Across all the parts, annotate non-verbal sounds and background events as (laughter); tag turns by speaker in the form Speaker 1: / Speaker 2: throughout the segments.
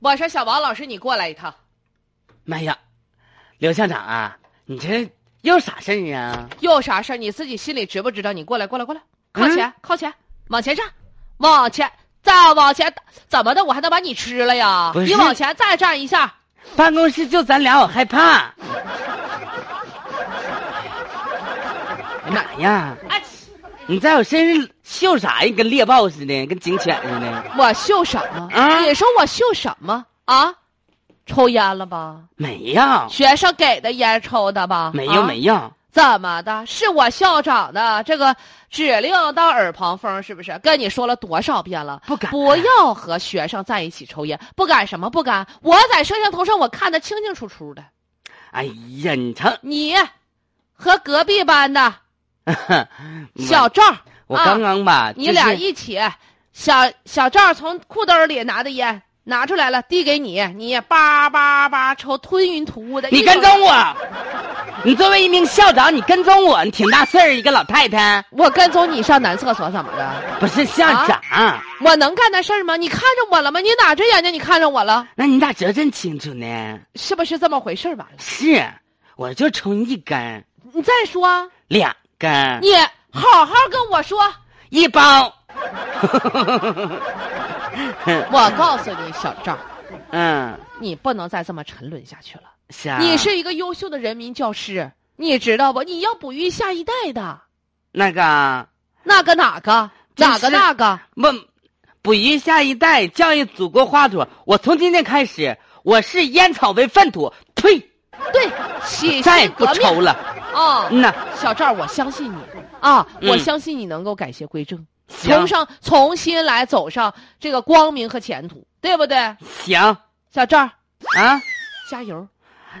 Speaker 1: 我说小王老师，你过来一趟。
Speaker 2: 妈呀，刘校长啊，你这又啥事儿啊？
Speaker 1: 有啥事儿你自己心里知不知道？你过来，过来，过来，
Speaker 2: 嗯
Speaker 1: 靠前，靠前，往前站，往前，再往前，怎么的？我还能把你吃了呀？
Speaker 2: 不是
Speaker 1: 你往前再站一下，
Speaker 2: 办公室就咱俩，我害怕。 (laughs) 哎妈呀，
Speaker 1: 哎，
Speaker 2: 你在我身上嗅啥呀？跟猎豹似的，跟警犬似的。
Speaker 1: 我秀什么？
Speaker 2: 啊
Speaker 1: 你说我秀什么啊？抽烟了吧？
Speaker 2: 没有，
Speaker 1: 学生给的烟抽的吧？
Speaker 2: 没有，
Speaker 1: 啊
Speaker 2: 没有。
Speaker 1: 怎么的？是我校长的这个指令到耳旁风，是不是？跟你说了多少遍了？
Speaker 2: 不敢
Speaker 1: 不要和学生在一起抽烟，不敢什么不敢？我在摄像头上我看得清清楚楚的。
Speaker 2: 哎呀，你瞅，
Speaker 1: 你和隔壁班的
Speaker 2: 我
Speaker 1: (laughs) 小赵，
Speaker 2: 嗯
Speaker 1: 啊
Speaker 2: 我刚刚吧，
Speaker 1: 你
Speaker 2: 就是
Speaker 1: 俩一起，小小赵从裤兜里拿的烟拿出来了，递给你，你叭叭叭抽，吞云吐雾的。
Speaker 2: 你
Speaker 1: 一手
Speaker 2: 跟踪我，你作为一名校长，你跟踪我，你挺大事儿，一个老太太，
Speaker 1: 我跟踪你上男厕所怎么的？
Speaker 2: 不是校长。
Speaker 1: 我能干那事儿吗？你看着我了吗？你哪只眼睛你看着我了？
Speaker 2: 那你咋知道这么清楚呢？
Speaker 1: 是不是这么回事儿？完了，
Speaker 2: 是，我就抽一根、
Speaker 1: 你再说，
Speaker 2: 两根、
Speaker 1: 你好好跟我说。
Speaker 2: 一包。 (laughs)
Speaker 1: 我告诉你，小赵，
Speaker 2: 嗯，
Speaker 1: 你不能再这么沉沦下去了。
Speaker 2: 是啊。
Speaker 1: 你是一个优秀的人民教师，你知道不？你要哺育下一代的。
Speaker 2: 那个
Speaker 1: 那个哪个
Speaker 2: 这
Speaker 1: 哪个
Speaker 2: 是
Speaker 1: 那个？
Speaker 2: 不哺育下一代，教育祖国花朵。我从今天开始，我视烟草为粪土。呸！
Speaker 1: 对，洗
Speaker 2: 再也
Speaker 1: 心
Speaker 2: 不
Speaker 1: 革
Speaker 2: 抽
Speaker 1: 面
Speaker 2: 了。
Speaker 1: 啊！
Speaker 2: 嗯呐，
Speaker 1: 小赵，我相信你啊，我
Speaker 2: 嗯
Speaker 1: 相信你能够改邪归正，
Speaker 2: 行
Speaker 1: 重上重新来走上这个光明和前途，对不对？
Speaker 2: 行
Speaker 1: 小赵，
Speaker 2: 啊，
Speaker 1: 加油！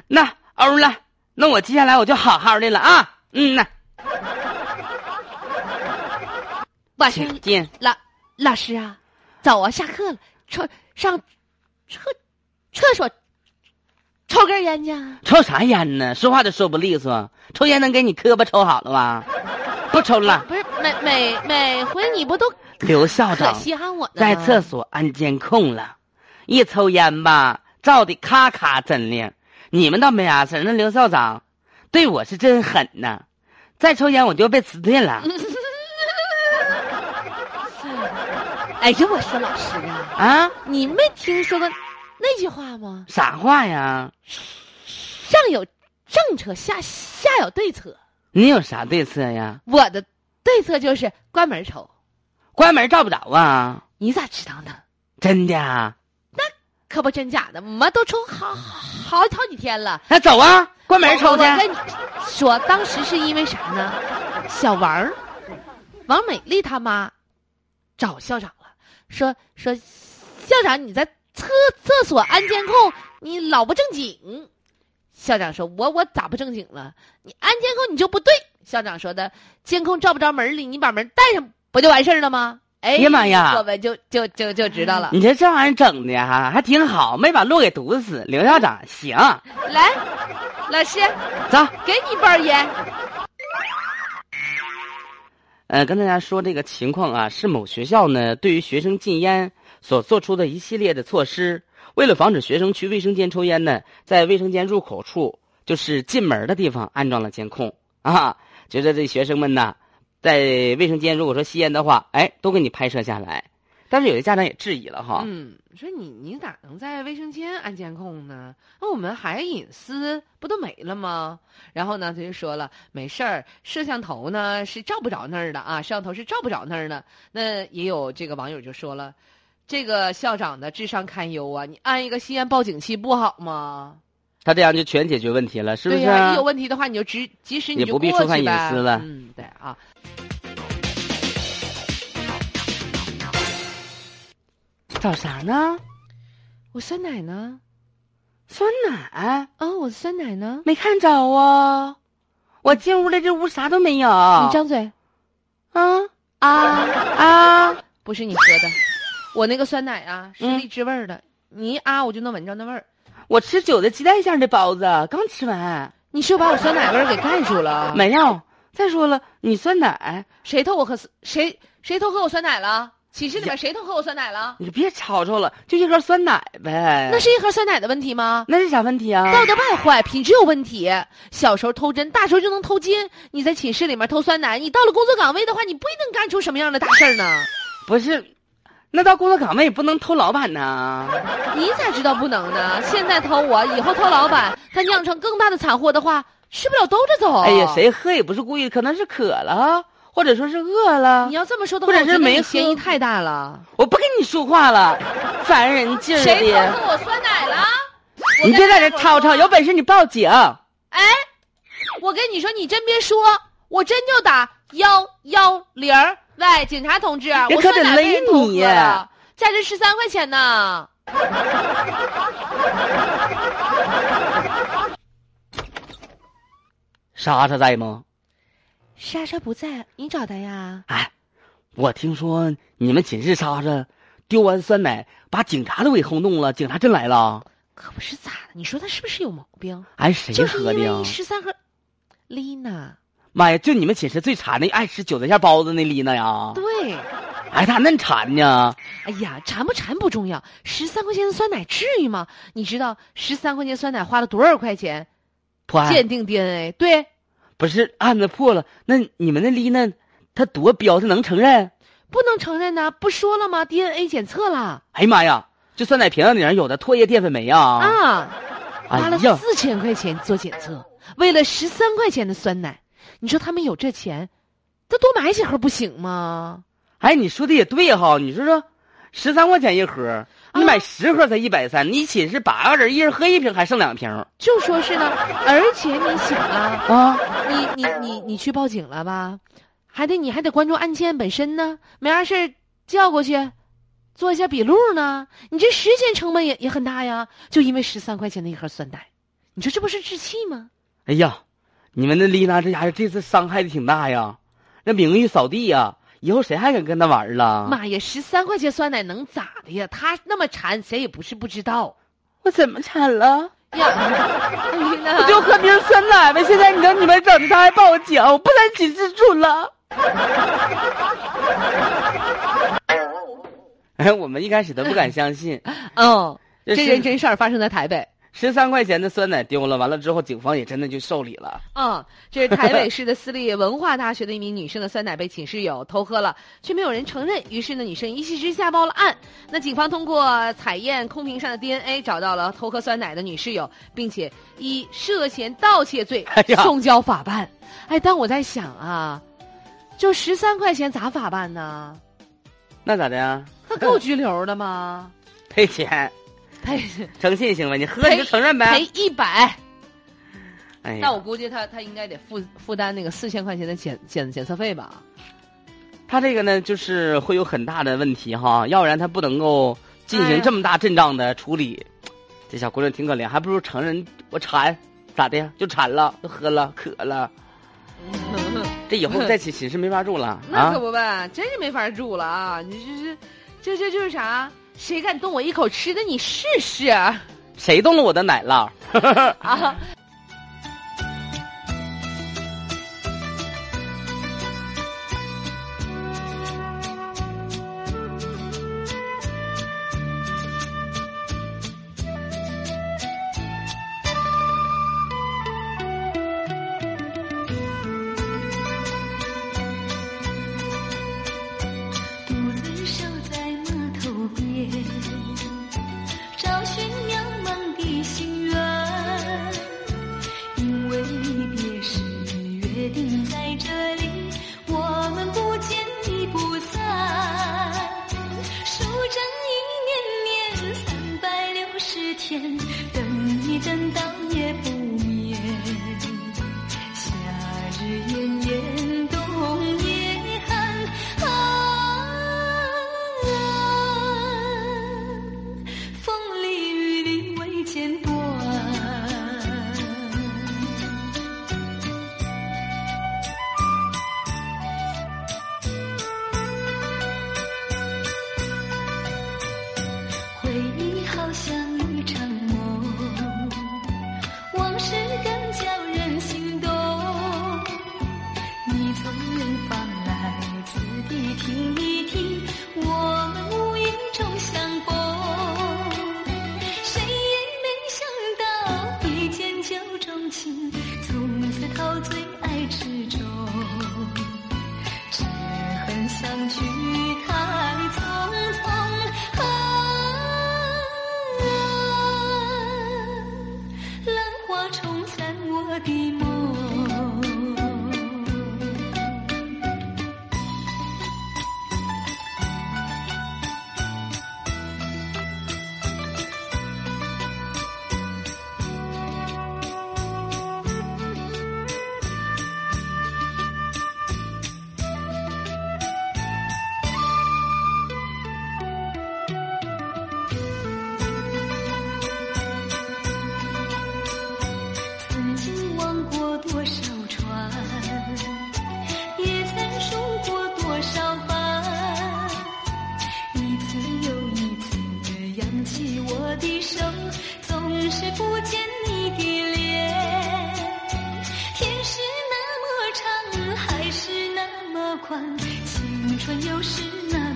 Speaker 2: 那欧了，那我接下来我就好好的了啊。嗯呐，
Speaker 1: 晚上
Speaker 2: 请进。
Speaker 1: 老老师啊，走啊，下课了，抽上厕厕所抽根烟去啊。
Speaker 2: 抽啥烟呢？说话都说不利索。抽烟能给你胳膊抽好了吧？不抽了。
Speaker 1: 不是每每每回你不都
Speaker 2: 刘校
Speaker 1: 可
Speaker 2: 长
Speaker 1: 稀罕我呢吗？
Speaker 2: 在厕所安监控了，一抽烟吧，照的咔咔真灵。你们倒没啥事儿那刘校长对我是真狠呐！再抽烟我就被辞
Speaker 1: (laughs)
Speaker 2: 退了
Speaker 1: (laughs) 哎呀，我说老师啊。
Speaker 2: 啊！
Speaker 1: 你没听说过那句话吗？
Speaker 2: 啥话呀？
Speaker 1: 上有政策，下下有对策。
Speaker 2: 你有啥对策呀？
Speaker 1: 我的对策就是关门抽。
Speaker 2: 关门照不着啊？
Speaker 1: 你咋知道呢？
Speaker 2: 真的啊？
Speaker 1: 可不真假的，我们都抽好好好几天了。
Speaker 2: 那走啊，关门抽
Speaker 1: 我
Speaker 2: 去。
Speaker 1: 我跟你说，当时是因为啥呢？小王儿，王美丽她妈找校长了，说说校长你在厕厕所安监控，你老不正经。校长说：“我我咋不正经了？你安监控你就不对。”校长说的：“监控照不着门儿里，你把门儿带上不就完事儿了吗？”哎
Speaker 2: 哎呀妈呀
Speaker 1: 我们就就就就知道了。
Speaker 2: 你这这玩意儿整的哈、还挺好，没把路给堵死。刘校长，行，
Speaker 1: 来，老师
Speaker 2: 嗯走。
Speaker 1: 给你一包烟。
Speaker 2: 呃，跟大家说这个情况啊，是某学校呢对于学生禁烟所做出的一系列的措施。为了防止学生去卫生间抽烟呢，在卫生间入口处，就是进门的地方安装了监控啊。觉得这学生们呐，在卫生间如果说吸烟的话，哎，都给你拍摄下来。但是有些家长也质疑了哈，
Speaker 1: 嗯，说你你咋能在卫生间安监控呢？那我们还隐私不都没了吗？然后呢，他就说了，没事儿，摄像头呢是照不着那儿的啊，摄像头是照不着那儿的。那也有这个网友就说了，这个校长的智商堪忧啊，你安一个吸烟报警器不好吗？
Speaker 2: 他这样就全解决问题了，是不
Speaker 1: 对
Speaker 2: 是
Speaker 1: 呀、
Speaker 2: 啊？
Speaker 1: 一有问题的话，你就直及时你
Speaker 2: 也
Speaker 1: 就
Speaker 2: 不必
Speaker 1: 过
Speaker 2: 触犯
Speaker 1: 去
Speaker 2: 隐
Speaker 1: 呗
Speaker 2: 私了
Speaker 1: 嗯，对啊。
Speaker 2: 找啥呢？
Speaker 1: 我酸奶呢？
Speaker 2: 酸奶
Speaker 1: 啊、我的酸奶呢？
Speaker 2: 没看着啊，我进屋来这屋啥都没有。
Speaker 1: 你张嘴
Speaker 2: 啊
Speaker 1: 啊！
Speaker 2: 啊！
Speaker 1: 不是你喝的，我那个酸奶啊是
Speaker 2: 嗯
Speaker 1: 荔枝味儿的，你一啊我就能闻着那味儿。
Speaker 2: 我吃韭菜鸡蛋馅儿的包子，刚吃完。
Speaker 1: 你是不是把我酸奶味儿给盖住了？
Speaker 2: 没有。再说了，你酸奶
Speaker 1: 谁偷我喝谁谁偷喝我酸奶了？寝室里面谁偷喝我酸奶了？
Speaker 2: 你就别吵吵了，就一盒酸奶呗。
Speaker 1: 那是一盒酸奶的问题吗？
Speaker 2: 那是啥问题啊？
Speaker 1: 道德败坏，品质有问题。小时候偷针，大时候就能偷金。你在寝室里面偷酸奶，你到了工作岗位的话，你不一定干出什么样的大事儿呢。
Speaker 2: 不是，那到工作岗位也不能偷老板呐。
Speaker 1: 你咋知道不能呢？现在偷我，以后偷老板，他酿成更大的惨祸的话，吃不了兜着走。
Speaker 2: 哎呀，？谁喝也不是故意的，可能是渴了，啊或者说是饿了
Speaker 1: 你。要这么说的
Speaker 2: 或
Speaker 1: 话，
Speaker 2: 者
Speaker 1: 我觉
Speaker 2: 是
Speaker 1: 得
Speaker 2: 没
Speaker 1: 你嫌疑
Speaker 2: 喝
Speaker 1: 太大了。
Speaker 2: 我不跟你说
Speaker 1: (laughs)
Speaker 2: 话了，烦人劲儿
Speaker 1: 谁偷
Speaker 2: 的。
Speaker 1: 喝我酸奶了？我
Speaker 2: 你
Speaker 1: 跟
Speaker 2: 别在这吵吵，有本事你报警。
Speaker 1: 哎，我跟你说，你真别说，我真就打幺幺零儿。喂，警察同志，我
Speaker 2: 哎可
Speaker 1: 酸
Speaker 2: 得
Speaker 1: 奶被
Speaker 2: 勒
Speaker 1: 人偷
Speaker 2: 你
Speaker 1: 喝了，价值十三块钱呢。
Speaker 2: 莎莎在吗？
Speaker 1: 莎莎不在，你找她呀？
Speaker 2: 哎，我听说你们寝室莎莎丢完酸奶，把警察都给轰动了。警察真来了？
Speaker 1: 可不是咋的？你说她是不是有毛病？
Speaker 2: 哎，谁
Speaker 1: 就是
Speaker 2: 喝
Speaker 1: 因
Speaker 2: 的
Speaker 1: 为
Speaker 2: 呀
Speaker 1: 一？十三盒，丽娜，
Speaker 2: 妈呀，就你们寝室最馋那爱吃韭菜馅包子那丽娜呀！
Speaker 1: 对，
Speaker 2: 哎，咋那么馋呢？
Speaker 1: 哎呀，馋不馋不重要，十三块钱的酸奶至于吗？你知道十三块钱酸奶花了多少块钱？
Speaker 2: 破案
Speaker 1: 鉴定 DNA，对，
Speaker 2: 不是案子破了，那你们那丽娜她多彪，她能承认？
Speaker 1: 不能承认呐、不说了吗？DNA 检测了
Speaker 2: 哎呀妈呀，这酸奶瓶子里面有的唾液淀粉酶啊！
Speaker 1: 啊。花
Speaker 2: 哎
Speaker 1: 了
Speaker 2: 呀，
Speaker 1: 四千块钱做检测，为了十三块钱的酸奶，你说他们有这钱，他多买几盒不行吗？
Speaker 2: 哎，你说的也对哈，你说说，十三块钱一盒，
Speaker 1: 啊
Speaker 2: 你买十盒才一百三，你寝室八个人，一人喝一瓶还剩两瓶
Speaker 1: 就说是呢，而且你想啊，
Speaker 2: 啊？
Speaker 1: 你你你你去报警了吧？还得你还得关注案件本身呢，没啥事儿叫过去，做一下笔录呢。你这时间成本也也很大呀，就因为十三块钱的一盒酸奶，你说这不是置气吗？
Speaker 2: 哎呀，你们那丽娜这家伙这次伤害的挺大呀，那名誉扫地呀，以后谁还敢跟她玩了？
Speaker 1: 妈呀，十三块钱酸奶能咋的呀？他那么馋，谁也不是不知
Speaker 2: (laughs)
Speaker 1: 道
Speaker 2: 我怎么惨了？
Speaker 1: 呀。哎呀
Speaker 2: 我就喝瓶酸奶呗。现在你让你们整的，他还报警，我不能寝室
Speaker 1: (laughs)
Speaker 2: 住了。哎，我们一开始都不敢相信，
Speaker 1: 嗯，
Speaker 2: 这
Speaker 1: 这
Speaker 2: 是
Speaker 1: 人真事儿发生在台北。
Speaker 2: 十三块钱的酸奶丢了，完了之后警方也真的就受理了。
Speaker 1: 嗯，这是台北市的私立文化大学的一名女生的酸奶被寝室友偷喝了，却没有人承认。于是呢，女生一气之下报了案。那警方通过采验空瓶上的 DNA，找到了偷喝酸奶的女室友，并且以涉嫌盗窃罪
Speaker 2: 哎呀
Speaker 1: 送交法办。哎，但我在想啊，就十三块钱咋法办呢？
Speaker 2: 那咋的呀？
Speaker 1: 那够拘留的吗？
Speaker 2: 赔钱，
Speaker 1: 赔
Speaker 2: 诚信行为，你喝你就承认呗。
Speaker 1: 赔一百。
Speaker 2: 哎呀，
Speaker 1: 那我估计他他应该得负负担那个四千块钱的检检检测费吧？
Speaker 2: 他这个呢，就是会有很大的问题哈，要不然他不能够进
Speaker 1: 哎
Speaker 2: 行
Speaker 1: 呀
Speaker 2: 这么大阵仗的处理。这小姑娘挺可怜，还不如承认我馋，咋的呀？就馋了，就喝了，渴了，这以后在寝寝室没法住了
Speaker 1: 嗯那
Speaker 2: 啊
Speaker 1: 可！不呗，真是没法住了啊！你这是，这这就是啥？谁敢动我一口吃的，你试试啊！ (laughs)
Speaker 2: 谁动了我的奶酪？
Speaker 3: 独自守在码头边，找寻渺茫的心愿。上去太匆啊匆啊，浪花冲散我的梦。曾经望过多少船，也曾受过多少烦，一次又一次的扬起我的手，总是不见你的脸。天是那么长，海是那么宽，青春又是那啊